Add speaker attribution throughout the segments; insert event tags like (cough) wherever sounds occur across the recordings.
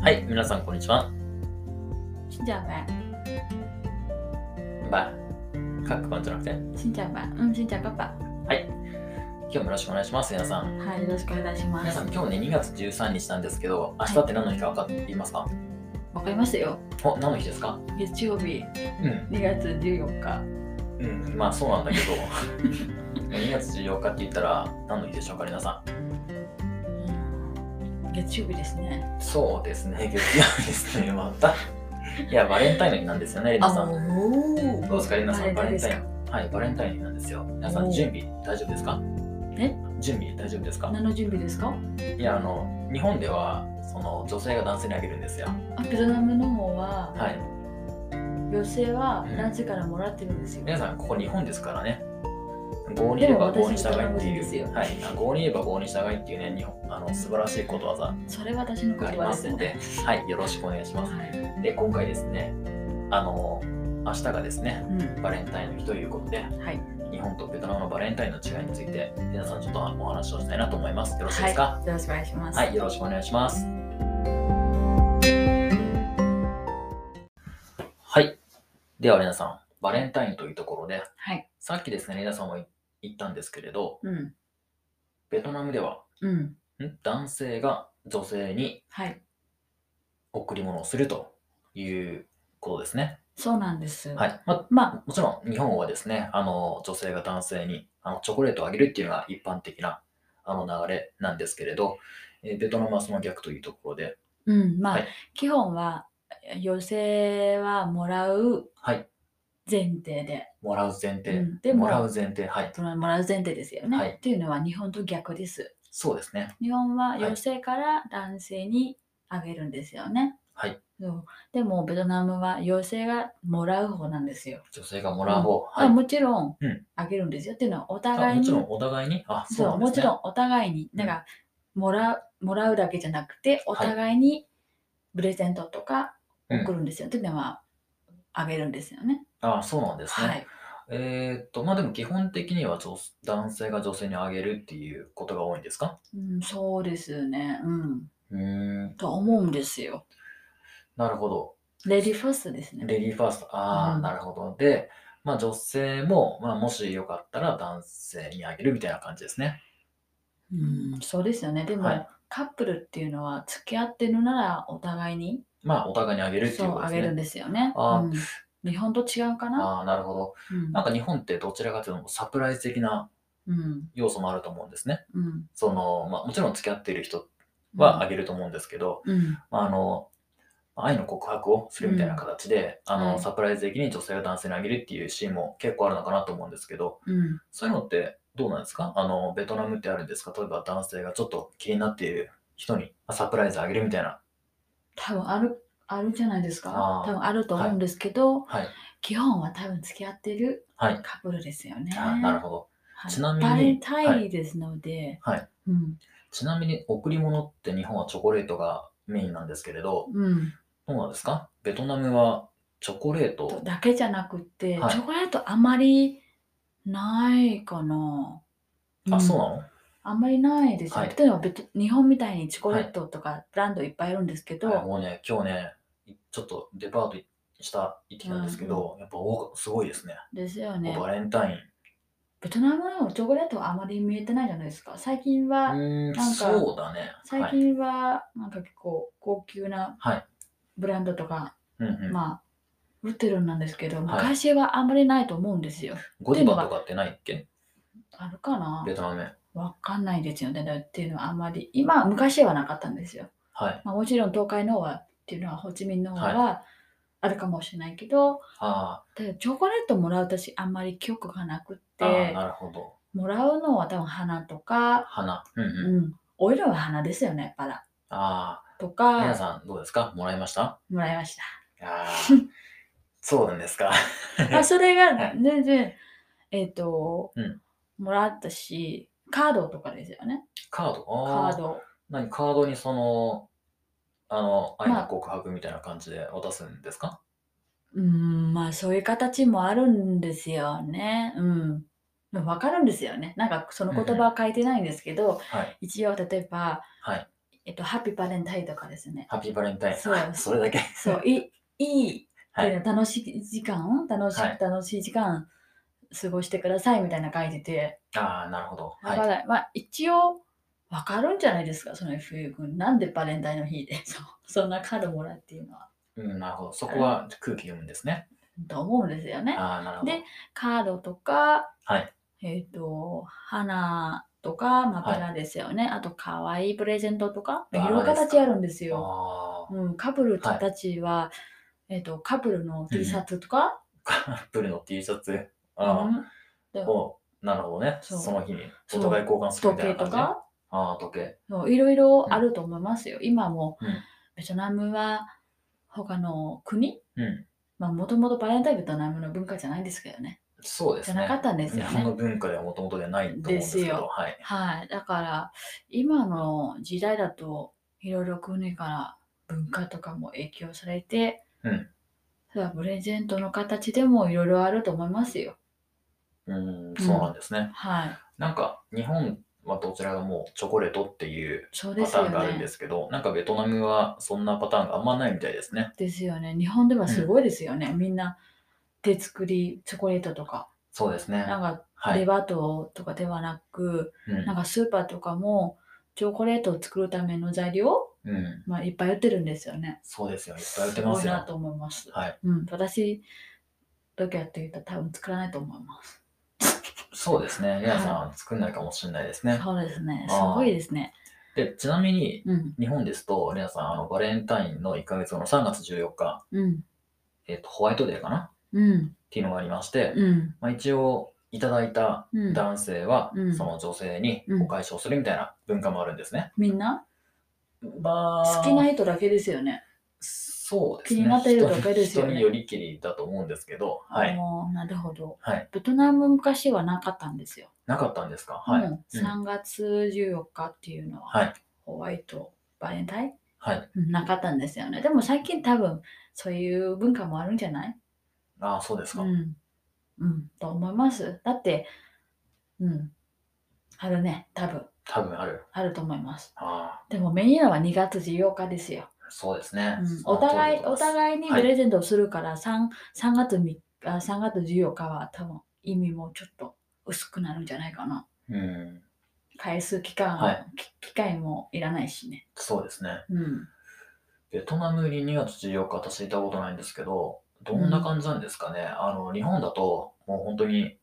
Speaker 1: はい、皆さんこんにちは。
Speaker 2: しんちゃんば
Speaker 1: バイ。カックパンじゃなくて。は
Speaker 2: しんちゃんばうん、しんちゃんパパ。
Speaker 1: い。今日もよろしくお願いします、皆さん。
Speaker 2: はい、よろしくお願いしま
Speaker 1: 皆さ
Speaker 2: す
Speaker 1: ん、。今日ね、2月13日なんですけど、明日って何の日か分かっていますか
Speaker 2: わかりましたよ。
Speaker 1: お、何の日ですか
Speaker 2: 月曜日、
Speaker 1: うん。
Speaker 2: 2月14日。
Speaker 1: うん。まあ、そうなん (laughs) だけど。2月14日って言ったら何の日でしょうか、皆さ
Speaker 2: うん月曜日ですね。
Speaker 1: ん。そうですね、月曜日ですね、また。いや、バレンタインの日なんですよね、レナさん。どう
Speaker 2: お
Speaker 1: ですか、レナさん、バ
Speaker 2: バ
Speaker 1: レ
Speaker 2: レ
Speaker 1: ンタイ
Speaker 2: ンタインですか
Speaker 1: ン。はい、バレンタインの日なんですよ。皆さ
Speaker 2: お
Speaker 1: ん、
Speaker 2: ー
Speaker 1: 準備大丈夫ですか
Speaker 2: え
Speaker 1: 準備大丈夫ですか
Speaker 2: 何の準備ですか
Speaker 1: いや、あの、日本では、その、女性が男性にあげるんですよ。
Speaker 2: あベトナムの方は、
Speaker 1: はい。
Speaker 2: 女性は
Speaker 1: うん
Speaker 2: 男性からもらってるんですよ。
Speaker 1: 皆さんここ日本ですからね合にいれば
Speaker 2: でも
Speaker 1: 合に従いって
Speaker 2: 私ベトナム人です
Speaker 1: い
Speaker 2: よ
Speaker 1: う、はい、あ合にいれば合に従いっていうね日本あの素晴らしいことわざ
Speaker 2: それは私の
Speaker 1: があ
Speaker 2: 言
Speaker 1: り
Speaker 2: 葉
Speaker 1: ま
Speaker 2: ですす
Speaker 1: ので
Speaker 2: (laughs) ね。、
Speaker 1: はい、よろしくお願いします
Speaker 2: はい。
Speaker 1: で今回ですねあの明日がですね
Speaker 2: う
Speaker 1: バレンタインの日ということで
Speaker 2: ん。はい。
Speaker 1: 日本とベトナムのバレンタインの違いについて皆さんちょっとお話をしたいなと思いますよろしいですか、
Speaker 2: よろしくお願いします。
Speaker 1: はい、よろしくお願いします。はい。では、皆さん、バレンタインというところで、
Speaker 2: はい
Speaker 1: さっきですね、皆さんも言ったんですけれど、
Speaker 2: うん。
Speaker 1: ベトナムでは、
Speaker 2: うん。
Speaker 1: ん男性が女性に
Speaker 2: はい。
Speaker 1: 贈り物をするということですね。
Speaker 2: そうなんです。
Speaker 1: は。い。ま
Speaker 2: まあ、
Speaker 1: あもちろん、日本はですね、あの、女性が男性にあのチョコレートをあげるっていうのが一般的なあの流れなんですけれど、えーベトナムはその逆というところで、
Speaker 2: うん。まあ、
Speaker 1: はい
Speaker 2: 基本は、女性はもらう
Speaker 1: はい。
Speaker 2: 前提で。
Speaker 1: もらう前提。
Speaker 2: うん、で
Speaker 1: もらう前提、はい。
Speaker 2: そのもらう前提ですよね。
Speaker 1: はい
Speaker 2: っていうのは日本と逆です。
Speaker 1: そうですね。
Speaker 2: 日本はい女性から男性にあげるんですよね。
Speaker 1: はい
Speaker 2: そうでもベトナムは女性がもらう方なんですよ。
Speaker 1: 女性がもらう方。
Speaker 2: まあ
Speaker 1: はい。
Speaker 2: もちろん
Speaker 1: うん
Speaker 2: あげるんですよ。っていうのはお
Speaker 1: あ
Speaker 2: 互い
Speaker 1: も
Speaker 2: に
Speaker 1: ちろんお互いに。あ、そう
Speaker 2: そ
Speaker 1: な
Speaker 2: うん
Speaker 1: で
Speaker 2: も
Speaker 1: すね。
Speaker 2: ちろんお互いに
Speaker 1: うん
Speaker 2: だからもらうもらうだけじゃなくてお
Speaker 1: はい
Speaker 2: 互いにプレゼントとか
Speaker 1: うん
Speaker 2: 送るんですよ。っていうのはあげるんですよね。
Speaker 1: あ、そうなんですね。
Speaker 2: はい。
Speaker 1: えーっと、まあでも基本的には女男性が女性にあげるっていうことが多いんですか
Speaker 2: うん、そうですね。うん。
Speaker 1: うーん。
Speaker 2: と思うんですよ。
Speaker 1: なるほど。
Speaker 2: レディーファーストですね。
Speaker 1: レディーファースト。ああ、
Speaker 2: うん
Speaker 1: なるほど。で、まあ女性も、まあもしよかったら男性にあげるみたいな感じですね。
Speaker 2: うん、そうですよね。でも、
Speaker 1: はい
Speaker 2: カップルっていうのは付き合ってるならお互いに
Speaker 1: まあお互いにあげるっていう
Speaker 2: そ
Speaker 1: こ
Speaker 2: う
Speaker 1: と
Speaker 2: あ
Speaker 1: で
Speaker 2: げ
Speaker 1: す
Speaker 2: るん
Speaker 1: ね。
Speaker 2: ですよね。
Speaker 1: あ
Speaker 2: うん日本と違うかな。
Speaker 1: ああ、なるほど。
Speaker 2: うん
Speaker 1: なんか日本ってどちらかというとサプライズ的な
Speaker 2: うん
Speaker 1: 要素もあると思うんですね。
Speaker 2: うん
Speaker 1: その、まあもちろん付き合っている人はあげると思うんですけど、
Speaker 2: うん
Speaker 1: まああの愛の告白をするみたいな形で、あの
Speaker 2: はい
Speaker 1: サプライズ的に女性が男性にあげるっていうシーンも結構あるのかなと思うんですけど
Speaker 2: うん
Speaker 1: そういうのってどうなんですかあのベトナムってあるんですか例えば男性がちょっと気になっている人にあサプライズあげるみたいな
Speaker 2: 多分あるあるじゃないです
Speaker 1: あ
Speaker 2: か
Speaker 1: ー。
Speaker 2: 多分あると思うんですけど、
Speaker 1: はい
Speaker 2: 基本は多分付き合ってる
Speaker 1: はい
Speaker 2: カップルですよね。
Speaker 1: あなるほど
Speaker 2: はい
Speaker 1: ちなみに
Speaker 2: バレンタインですので、
Speaker 1: はい
Speaker 2: うん
Speaker 1: ちなみに贈り物って日本はチョコレートがメインなんですけれど
Speaker 2: うん、
Speaker 1: どうなんですかベトナムはチョコレート
Speaker 2: だけじゃなくて、
Speaker 1: はい
Speaker 2: チョコレートあまりないかな。
Speaker 1: あそううんなの
Speaker 2: あんまりないですよ、
Speaker 1: はい
Speaker 2: 例えば別日本みたいにチョコレートとかブランドいっぱいあるんですけど、
Speaker 1: はいもうね今日ねいちょっとデパートいした行ってきたんですけど、やっぱおすごいですね
Speaker 2: ですよ
Speaker 1: も
Speaker 2: ね
Speaker 1: うバレンタイン
Speaker 2: ベトナムのチョコレートはあまり見えてないじゃないですか最近は、
Speaker 1: うーん
Speaker 2: なんか
Speaker 1: そうだね。
Speaker 2: 最
Speaker 1: はい
Speaker 2: 近はなんか結構高級な
Speaker 1: はい
Speaker 2: ブランドとか、
Speaker 1: うんうん
Speaker 2: まあ売ってるんなんですけど
Speaker 1: はい
Speaker 2: 昔はあんまりないと思うんですよ、
Speaker 1: ゴディバとかってないっけ
Speaker 2: あるかな
Speaker 1: ベトナム。
Speaker 2: わかんないですよねだっていうのはあんまり今昔はなかったんですよ、
Speaker 1: はい。
Speaker 2: まあ、もちろん東海の方はっていうのはホーチミンの方はあるかもしれないけど、
Speaker 1: あ
Speaker 2: ただチョコレートもらう私あんまり記憶がなくっ
Speaker 1: ーあー、
Speaker 2: て
Speaker 1: なるほど。
Speaker 2: もらうのは多分花とか、
Speaker 1: 花。うんう。
Speaker 2: うんん、お色は花ですよねバラ
Speaker 1: あ
Speaker 2: と
Speaker 1: あ、皆
Speaker 2: か
Speaker 1: さんどうですかもらいました
Speaker 2: もらいまし
Speaker 1: あ
Speaker 2: (laughs)
Speaker 1: ーそうなんですか。 (laughs)
Speaker 2: たあそれ
Speaker 1: は
Speaker 2: が
Speaker 1: い
Speaker 2: 全然えっ、と、
Speaker 1: うん
Speaker 2: もらったしカードとかですよね
Speaker 1: カード。
Speaker 2: カ
Speaker 1: あ
Speaker 2: ー。ド
Speaker 1: 何カードにその、あの、愛
Speaker 2: ま
Speaker 1: の
Speaker 2: あ
Speaker 1: 告白みたいな感じで渡すんですか、
Speaker 2: うんまあそういう形もあるんですよねうんでもわかるんですよねなんかその言葉は書いてないんですけど、
Speaker 1: はい。
Speaker 2: 一応例えば
Speaker 1: はい。
Speaker 2: えっと、ハッピーバレンタインとかですね。
Speaker 1: ハッピーバレンタイン。
Speaker 2: そう
Speaker 1: それだけ。
Speaker 2: そう、いい、いい、
Speaker 1: はい
Speaker 2: で楽しい時間、楽しい、
Speaker 1: はい
Speaker 2: 楽しい時間過ごしてくださいみたいな書いてて、
Speaker 1: ああ、なるほど。
Speaker 2: だ
Speaker 1: はい
Speaker 2: から、まあ一応わかるんじゃないですか、その FU 君。なんでバレンタインの日で、 (laughs) そうそんなカードもらうっていうのは。
Speaker 1: うん、なるほど。そこは空気読むんですね。
Speaker 2: と思うんですよね。
Speaker 1: ああ、なるほど。
Speaker 2: でカードとか、
Speaker 1: はい
Speaker 2: えっ、と、花とか、まあ、
Speaker 1: はい
Speaker 2: ペラですよね。あと、可愛いプレゼントとか、い
Speaker 1: バラ
Speaker 2: ろいろ
Speaker 1: です
Speaker 2: 形
Speaker 1: か
Speaker 2: あるんですよ。
Speaker 1: あ
Speaker 2: うん、カップルたちは、えっ、と、カップルの T シャツとか、
Speaker 1: あ、カッ (laughs) プルの T シャツ
Speaker 2: う
Speaker 1: あ
Speaker 2: ん
Speaker 1: あ、
Speaker 2: で
Speaker 1: を、なるほどね。
Speaker 2: そ
Speaker 1: そうの日に
Speaker 2: そう
Speaker 1: お互い交換するみ
Speaker 2: 時
Speaker 1: たい
Speaker 2: 計
Speaker 1: な感じ。
Speaker 2: とか、
Speaker 1: ああ、時計。
Speaker 2: そういろいろあると思いますよ。今も
Speaker 1: うん
Speaker 2: ベトナムは他の国、
Speaker 1: うん。
Speaker 2: まあ、もともとバレンタインベトナムの文化じゃないんですけどね。
Speaker 1: そうです
Speaker 2: じゃ
Speaker 1: ね。
Speaker 2: なかったんです
Speaker 1: 日
Speaker 2: よ
Speaker 1: 本
Speaker 2: ね。
Speaker 1: の文化ではもともとではないと思うんですけ
Speaker 2: です
Speaker 1: ど、
Speaker 2: よ
Speaker 1: はい。
Speaker 2: はい。だから、今の時代だと、いろいろ国から文化とかも影響されて、
Speaker 1: うん
Speaker 2: それはプレゼントの形でもいろいろあると思いますよ。
Speaker 1: うん、そうなんですね。
Speaker 2: はい。
Speaker 1: なんか、日本はどちらがもうチョコレートっていう
Speaker 2: そう
Speaker 1: パ
Speaker 2: です
Speaker 1: タ
Speaker 2: よ
Speaker 1: ーンがあるんで
Speaker 2: ね。
Speaker 1: すけど、なんかベトナムはそんなパターンがあんまないみたいですね。
Speaker 2: ですよね。日本ではすごいですよね。みんな手作りチョコレートとか、
Speaker 1: そうですね。
Speaker 2: なんか
Speaker 1: は
Speaker 2: デ
Speaker 1: い。
Speaker 2: バートとかではなく、
Speaker 1: うん
Speaker 2: なんかスーパーとかもチョコレートを作るための材料、
Speaker 1: うん、
Speaker 2: まあ、いっぱい売ってるんですよね。
Speaker 1: そうですよ。いっぱい売ってます
Speaker 2: ごい
Speaker 1: よ。
Speaker 2: なと思います。
Speaker 1: はい。
Speaker 2: うん、私だけやっていたら多分作らないと思います。
Speaker 1: そうですね。レアさんは作んないかもしれないですね。
Speaker 2: そうですね。
Speaker 1: あ
Speaker 2: す
Speaker 1: ー
Speaker 2: ごいですね。
Speaker 1: で、ちなみに、
Speaker 2: うん、
Speaker 1: 日本ですと、レアさん、あの、バレンタインの1ヶ月後の3月14日、
Speaker 2: うん、
Speaker 1: えっ、と、ホワイトデーかなっ
Speaker 2: うん、
Speaker 1: ていうのがありまして、
Speaker 2: うん、
Speaker 1: まあ、一応、いただいた
Speaker 2: うん。
Speaker 1: 男性は、
Speaker 2: うん
Speaker 1: その女性に
Speaker 2: うん
Speaker 1: お返しをするみたいな文化もあるんですね。
Speaker 2: みんな
Speaker 1: まあ、
Speaker 2: 好きな人だけですよね。
Speaker 1: そうですね。
Speaker 2: 気になってるだけですよね
Speaker 1: 人によりきりだと思うんですけど、はい。
Speaker 2: あーなるほど。
Speaker 1: はい。
Speaker 2: ベトナム昔はなかったんですよ。
Speaker 1: なかったんですかはい。
Speaker 2: もう
Speaker 1: うん
Speaker 2: 3月14日っていうのは、
Speaker 1: はい。
Speaker 2: ホワイト、バレンタイン
Speaker 1: はい。
Speaker 2: うんなかったんですよね。でも最近多分そういう文化もあるんじゃない
Speaker 1: ああ、そうですか。
Speaker 2: うん。うん。と思います。だって、うん。あるね。多分。
Speaker 1: 多分ある。
Speaker 2: あると思います。
Speaker 1: あ
Speaker 2: でもメインなのは2月14日ですよ。
Speaker 1: あ、そうですね。
Speaker 2: うん、お互い、お
Speaker 1: い。
Speaker 2: 互いにプレゼントをするから3、三月みあ3月14日は多分意味もちょっと薄くなるんじゃないかな。
Speaker 1: うん。
Speaker 2: 返す期間、
Speaker 1: は
Speaker 2: き機会もいらないしね。
Speaker 1: そうですね。
Speaker 2: うん。
Speaker 1: ベ
Speaker 2: ベ
Speaker 1: トナムに2月14日、私いたことないんですけど、どんな感じなんですかね。あの、日本だと、もう本当に、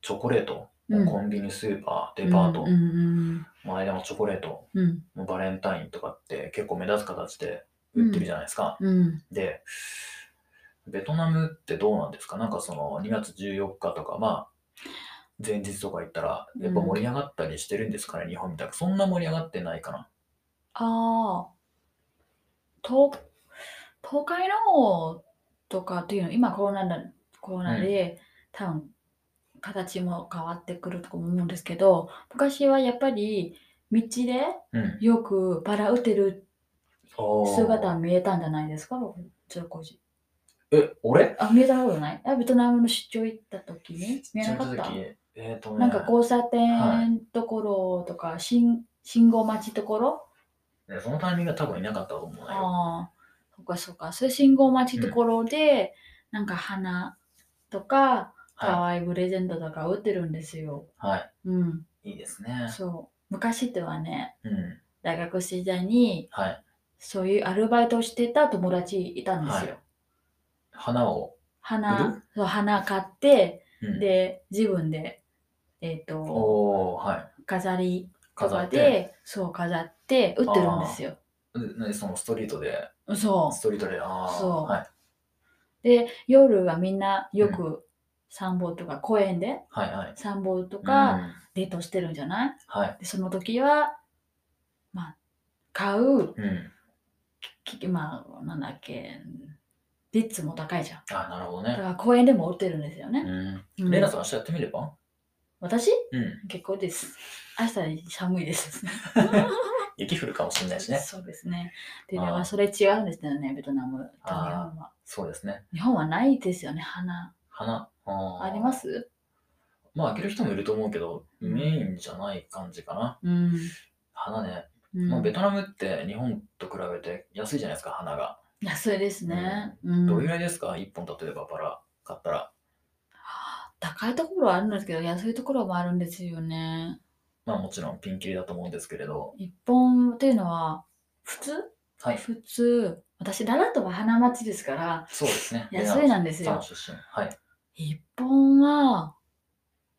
Speaker 1: チョコレート、
Speaker 2: うん
Speaker 1: コンビニ、スーパー、デパート、
Speaker 2: うんうん
Speaker 1: まあ間もチョコレート、
Speaker 2: うん
Speaker 1: バレンタインとかって結構目立つ形で売ってるじゃないですか。
Speaker 2: うんうん
Speaker 1: で、ベトナムってどうなんですかなんかその2月14日とか、まあ、前日とか行ったら、やっぱ盛り上がったりしてるんですかね、日本みたいな。そんな盛り上がってないかな。
Speaker 2: ああ、東、東海の方とかっていうの、今コロナだ、コロナで、多分、形も変わってくると思うんですけど、昔はやっぱり、道で
Speaker 1: うん。
Speaker 2: よくバラ打てる
Speaker 1: おー
Speaker 2: 姿は見えたんじゃないですか僕、ちょっとこじ
Speaker 1: え、俺
Speaker 2: あ、見えたことないあベトナムの出張行った時に見えなかっ
Speaker 1: ちょ
Speaker 2: た
Speaker 1: と時えっ、とね、
Speaker 2: なんか交差
Speaker 1: は
Speaker 2: 点ところとか、信信号待ちところ
Speaker 1: ねそのタイミングは多分いなかったと思うなよ。
Speaker 2: ああ、そっかそっか。そういう信号待ちところで、なんか花とか、可
Speaker 1: は
Speaker 2: 愛いプレゼントとか売ってるんですよ。
Speaker 1: い。はい。
Speaker 2: うん、
Speaker 1: いいですね。
Speaker 2: そう。昔ではね、
Speaker 1: うん。
Speaker 2: 大学時代に、
Speaker 1: はい。
Speaker 2: そういうアルバイトをしてた友達いたんですよ。
Speaker 1: 花を。売
Speaker 2: 花、そう、花買って、
Speaker 1: うん、
Speaker 2: で、自分で、えっ、と、
Speaker 1: おー、はい。
Speaker 2: 飾りと
Speaker 1: 飾
Speaker 2: か
Speaker 1: って。
Speaker 2: で、そう、飾って売ってるんですよ。
Speaker 1: うねそのストリートで、
Speaker 2: そう。
Speaker 1: ストリートで、ああ、
Speaker 2: そう
Speaker 1: はい。
Speaker 2: で、夜はみんなよく散歩とか公園で
Speaker 1: はい、はい。
Speaker 2: 散歩と
Speaker 1: う
Speaker 2: か
Speaker 1: ん、
Speaker 2: デートしてるんじゃない
Speaker 1: はい。
Speaker 2: でその時は、まあ、買う、
Speaker 1: うん。
Speaker 2: きまあ、なんだっけ、率も高いじゃん。
Speaker 1: あなるほど
Speaker 2: だか
Speaker 1: ね。
Speaker 2: ら公園でも売ってるんですよね。
Speaker 1: う
Speaker 2: うん
Speaker 1: ん。レナさん、明日やってみれば
Speaker 2: 私
Speaker 1: うん。
Speaker 2: 結構です。明日寒いです。
Speaker 1: 雪降るかもしれないしね。
Speaker 2: (laughs) そうですね。で、
Speaker 1: あー
Speaker 2: まあ、それ違うんですよね、ベトナムと日本は。
Speaker 1: そうですね。
Speaker 2: 日本はないですよね、花。
Speaker 1: 花。あ
Speaker 2: ありますす
Speaker 1: まあ、開ける人もいると思うけど、
Speaker 2: うん
Speaker 1: メインじゃない感じかな。
Speaker 2: うん。
Speaker 1: 花ね。
Speaker 2: うん
Speaker 1: まあ、ベトナムって日本と比べて安いじゃないですか、花が。
Speaker 2: 安いですね。うん
Speaker 1: どれぐらいですか、一本例えばバラ買ったら。
Speaker 2: 高いところはあるんですけど、安いところもあるんですよね。
Speaker 1: まあもちろんピンキリだと思うんですけれど。
Speaker 2: 一本っていうのは、普通
Speaker 1: はい、
Speaker 2: 普通。私、ララトは花町ですから、
Speaker 1: そうですね。
Speaker 2: 安いなんです
Speaker 1: ベナ
Speaker 2: よ
Speaker 1: ム。出身。はい。
Speaker 2: 一本は、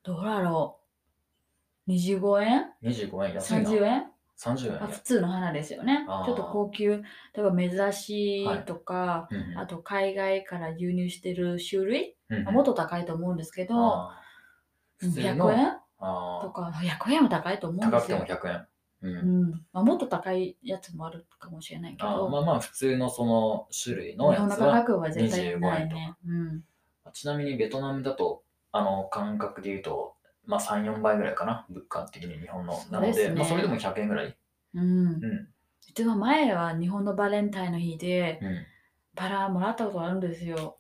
Speaker 2: どうだろう。25円
Speaker 1: 25円安いな。
Speaker 2: ?30円
Speaker 1: 30円
Speaker 2: あ普通の花ですよね
Speaker 1: あー。
Speaker 2: ちょっと高級、例えば珍しいとか、
Speaker 1: うんうん
Speaker 2: あと海外から輸入してる種類、
Speaker 1: うんうん
Speaker 2: もっと高いと思うんですけど、
Speaker 1: あー
Speaker 2: う
Speaker 1: 普通
Speaker 2: ん100
Speaker 1: の
Speaker 2: 円
Speaker 1: あ
Speaker 2: とか、100円は高いと思
Speaker 1: ー
Speaker 2: うんで
Speaker 1: 高く
Speaker 2: す
Speaker 1: ても
Speaker 2: よ。
Speaker 1: 100円。うん
Speaker 2: うんまあ、もっと高いやつもあるかもしれないけ
Speaker 1: あー
Speaker 2: ど、
Speaker 1: まあまあ普通のその種類の
Speaker 2: 日
Speaker 1: や
Speaker 2: 本の
Speaker 1: つ
Speaker 2: 価
Speaker 1: は
Speaker 2: 格は絶対な
Speaker 1: 25
Speaker 2: い
Speaker 1: 円
Speaker 2: ね。うん、
Speaker 1: ちなみにベトナムだとあの感覚で言うと、まあ、34倍ぐらいかな物価的に日本のなの
Speaker 2: そうで
Speaker 1: です
Speaker 2: ね
Speaker 1: まあ、それでも100円ぐらい、
Speaker 2: うん
Speaker 1: う、ん
Speaker 2: 実は前は日本のバレンタインの日で
Speaker 1: うん、
Speaker 2: バラもらったことあるんですよ。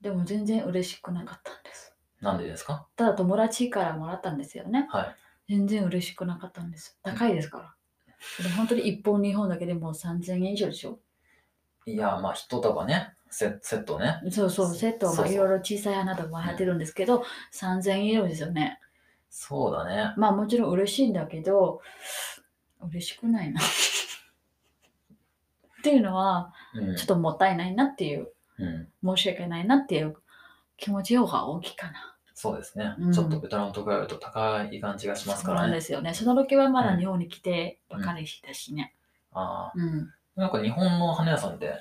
Speaker 2: でも全然嬉しくなかったんです。
Speaker 1: なんでですか
Speaker 2: ただ友達からもらったんですよね。
Speaker 1: はい
Speaker 2: 全然嬉しくなかったんです。高いですから。で本当に1本2本だけでもう3000円以上でしょ
Speaker 1: いやまあ一束ねセセットね
Speaker 2: そうそう、セットはま
Speaker 1: そ
Speaker 2: あ
Speaker 1: うそう
Speaker 2: いろいろ小さい花とか入ってるんですけど、3000円以上ですよね。
Speaker 1: そうだね
Speaker 2: まあもちろん嬉しいんだけど、嬉しくないな。っていうのは、
Speaker 1: うん
Speaker 2: ちょっともったいないなっていう、
Speaker 1: うん、
Speaker 2: 申し訳ないなっていう気持ちの方が大きいかな。
Speaker 1: そうですね、
Speaker 2: うん
Speaker 1: ちょっとベトナムと比べると高い感じがします
Speaker 2: そ
Speaker 1: か
Speaker 2: う
Speaker 1: ら
Speaker 2: なん
Speaker 1: ね
Speaker 2: ですよね。その時はまだ日本に来てばかりだしね。
Speaker 1: あ
Speaker 2: うん。
Speaker 1: ーなんか日本の花屋さんって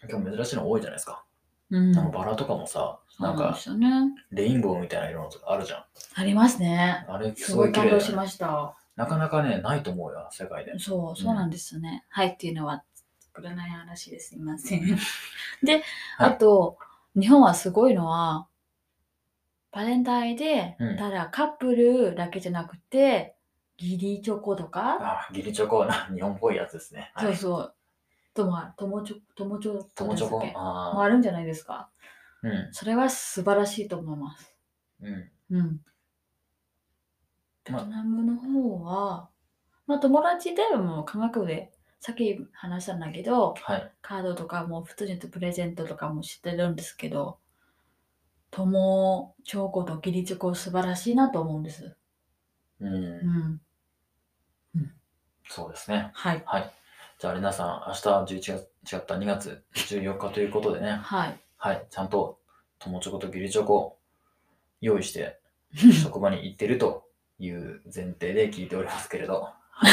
Speaker 1: 結構珍しいの多いじゃないですか、
Speaker 2: うん。
Speaker 1: なんかバラとかもさなん
Speaker 2: そうで
Speaker 1: か
Speaker 2: すよね。
Speaker 1: レインボーみたいな色のとかあるじゃん
Speaker 2: ありますね。
Speaker 1: あれす
Speaker 2: す
Speaker 1: ご
Speaker 2: ご
Speaker 1: い
Speaker 2: い
Speaker 1: 綺
Speaker 2: 感
Speaker 1: 麗
Speaker 2: 動し
Speaker 1: だよね
Speaker 2: ました。
Speaker 1: なかなかねないと思うよ世界で
Speaker 2: そう、そうなんですよね。はいっていうのは作らない話ですいません。 (laughs) で、
Speaker 1: はい
Speaker 2: あと、日本はすごいのは、バレンタインで、
Speaker 1: うん
Speaker 2: ただカップルだけじゃなくて、ギリチョコとか、
Speaker 1: あギリチョコな (laughs) 日本っぽいやつですね。は
Speaker 2: そう
Speaker 1: い、
Speaker 2: そう、とも、友チョ、友チョコ
Speaker 1: 友チョコ
Speaker 2: ですっけもう
Speaker 1: あ
Speaker 2: あるんじゃないですか。
Speaker 1: ー、う
Speaker 2: それは素晴らしいと思います。
Speaker 1: んうん、
Speaker 2: うん。ベ
Speaker 1: まあ
Speaker 2: トナムの方は、まあ友達でも科学で、さっき話したんだけど、
Speaker 1: はい。
Speaker 2: カードとかも普通にプレゼントとかもしてるんですけど、友チョコと義理チョコ素晴らしいなと思うんです。
Speaker 1: うん
Speaker 2: うん。
Speaker 1: そうですね。
Speaker 2: はい。
Speaker 1: はい。じゃあ、皆さん、明日11月、違った2月14日ということでね、
Speaker 2: はい。
Speaker 1: はい、ちゃんと友チョコとギリチョコ用意して、職場に行ってるという前提で聞いておりますけれど、はい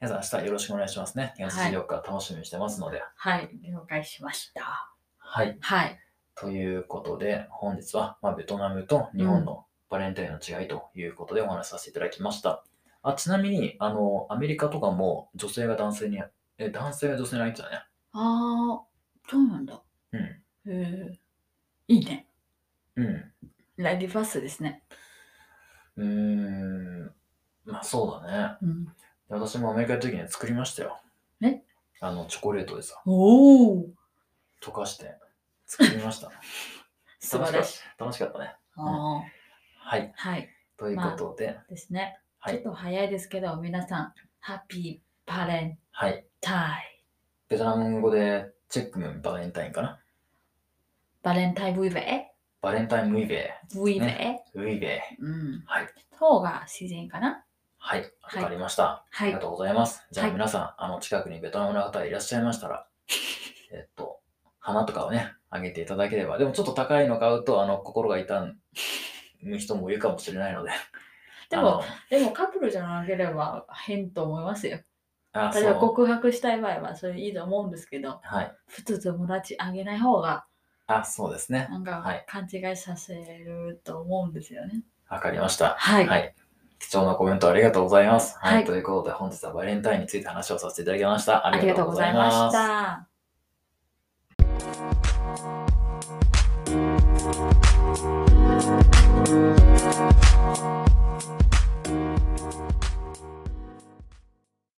Speaker 1: 皆さん、明日よろしくお願いしますね。2月14日楽しみにしてますので。
Speaker 2: はい。了解しました。
Speaker 1: はい。
Speaker 2: はい。
Speaker 1: ということで、本日は、まあ、ベトナムと日本のバレンタインの違いということでお話しさせていただきました。あちなみにあの、アメリカとかも女性が男性に、え男性が女性に会ってたね。
Speaker 2: あー、そうなんだ。へえ。いいね。
Speaker 1: うん。
Speaker 2: ライリバースですね。
Speaker 1: うん。うーん。まあそうだね。
Speaker 2: うん。
Speaker 1: で私もアメリカの時に作りましたよ。
Speaker 2: え
Speaker 1: あの、チョコレートでさ、
Speaker 2: おお
Speaker 1: 溶かして作りました。
Speaker 2: (laughs) 素晴らしい。
Speaker 1: 楽しかったね。
Speaker 2: あー
Speaker 1: はい。
Speaker 2: はい。
Speaker 1: ということで、
Speaker 2: ですね。
Speaker 1: は
Speaker 2: ちょっ
Speaker 1: い。
Speaker 2: と早いですけど、皆さん、ハッピーバレン
Speaker 1: はい。
Speaker 2: タイン。
Speaker 1: ベトナム語でチェックムンバレンタインかな。
Speaker 2: バレンタインウィベ
Speaker 1: バレンタインムイベ
Speaker 2: ウィベ、
Speaker 1: ー。ウイベー。
Speaker 2: うん。
Speaker 1: はい。
Speaker 2: 方が自然かな
Speaker 1: はい、
Speaker 2: はい
Speaker 1: わかりました、
Speaker 2: は
Speaker 1: ありがとうございます。じゃあ
Speaker 2: はい
Speaker 1: 皆さん、あの近くにベトナムの方いらっしゃいましたら、えっと、花とかをね、あげていただければ、でもちょっと高いの買うと、あの、心が痛む人もいるかもしれないので、
Speaker 2: でも、でもカップルじゃなければ変と思いますよ。
Speaker 1: あの、あ、
Speaker 2: 例えば
Speaker 1: そう、
Speaker 2: 告白したい場合はそれいいと思うんですけど、
Speaker 1: はい。
Speaker 2: 普通友達あげない方が
Speaker 1: あ、そうですね。
Speaker 2: なん
Speaker 1: は
Speaker 2: か
Speaker 1: い
Speaker 2: 勘違いさせると思うんですよね。
Speaker 1: わかりました。
Speaker 2: はい。
Speaker 1: はい。貴重なコメントありがとうございます。はい。
Speaker 2: はい
Speaker 1: ということで、本日はバレンタインについて話をさせていただきました。
Speaker 2: あ
Speaker 1: あ
Speaker 2: り
Speaker 1: り
Speaker 2: が
Speaker 1: が
Speaker 2: と
Speaker 1: とう
Speaker 2: う
Speaker 1: ご
Speaker 2: ござ
Speaker 1: ざ
Speaker 2: い
Speaker 1: い
Speaker 2: ま
Speaker 1: ます。
Speaker 2: した。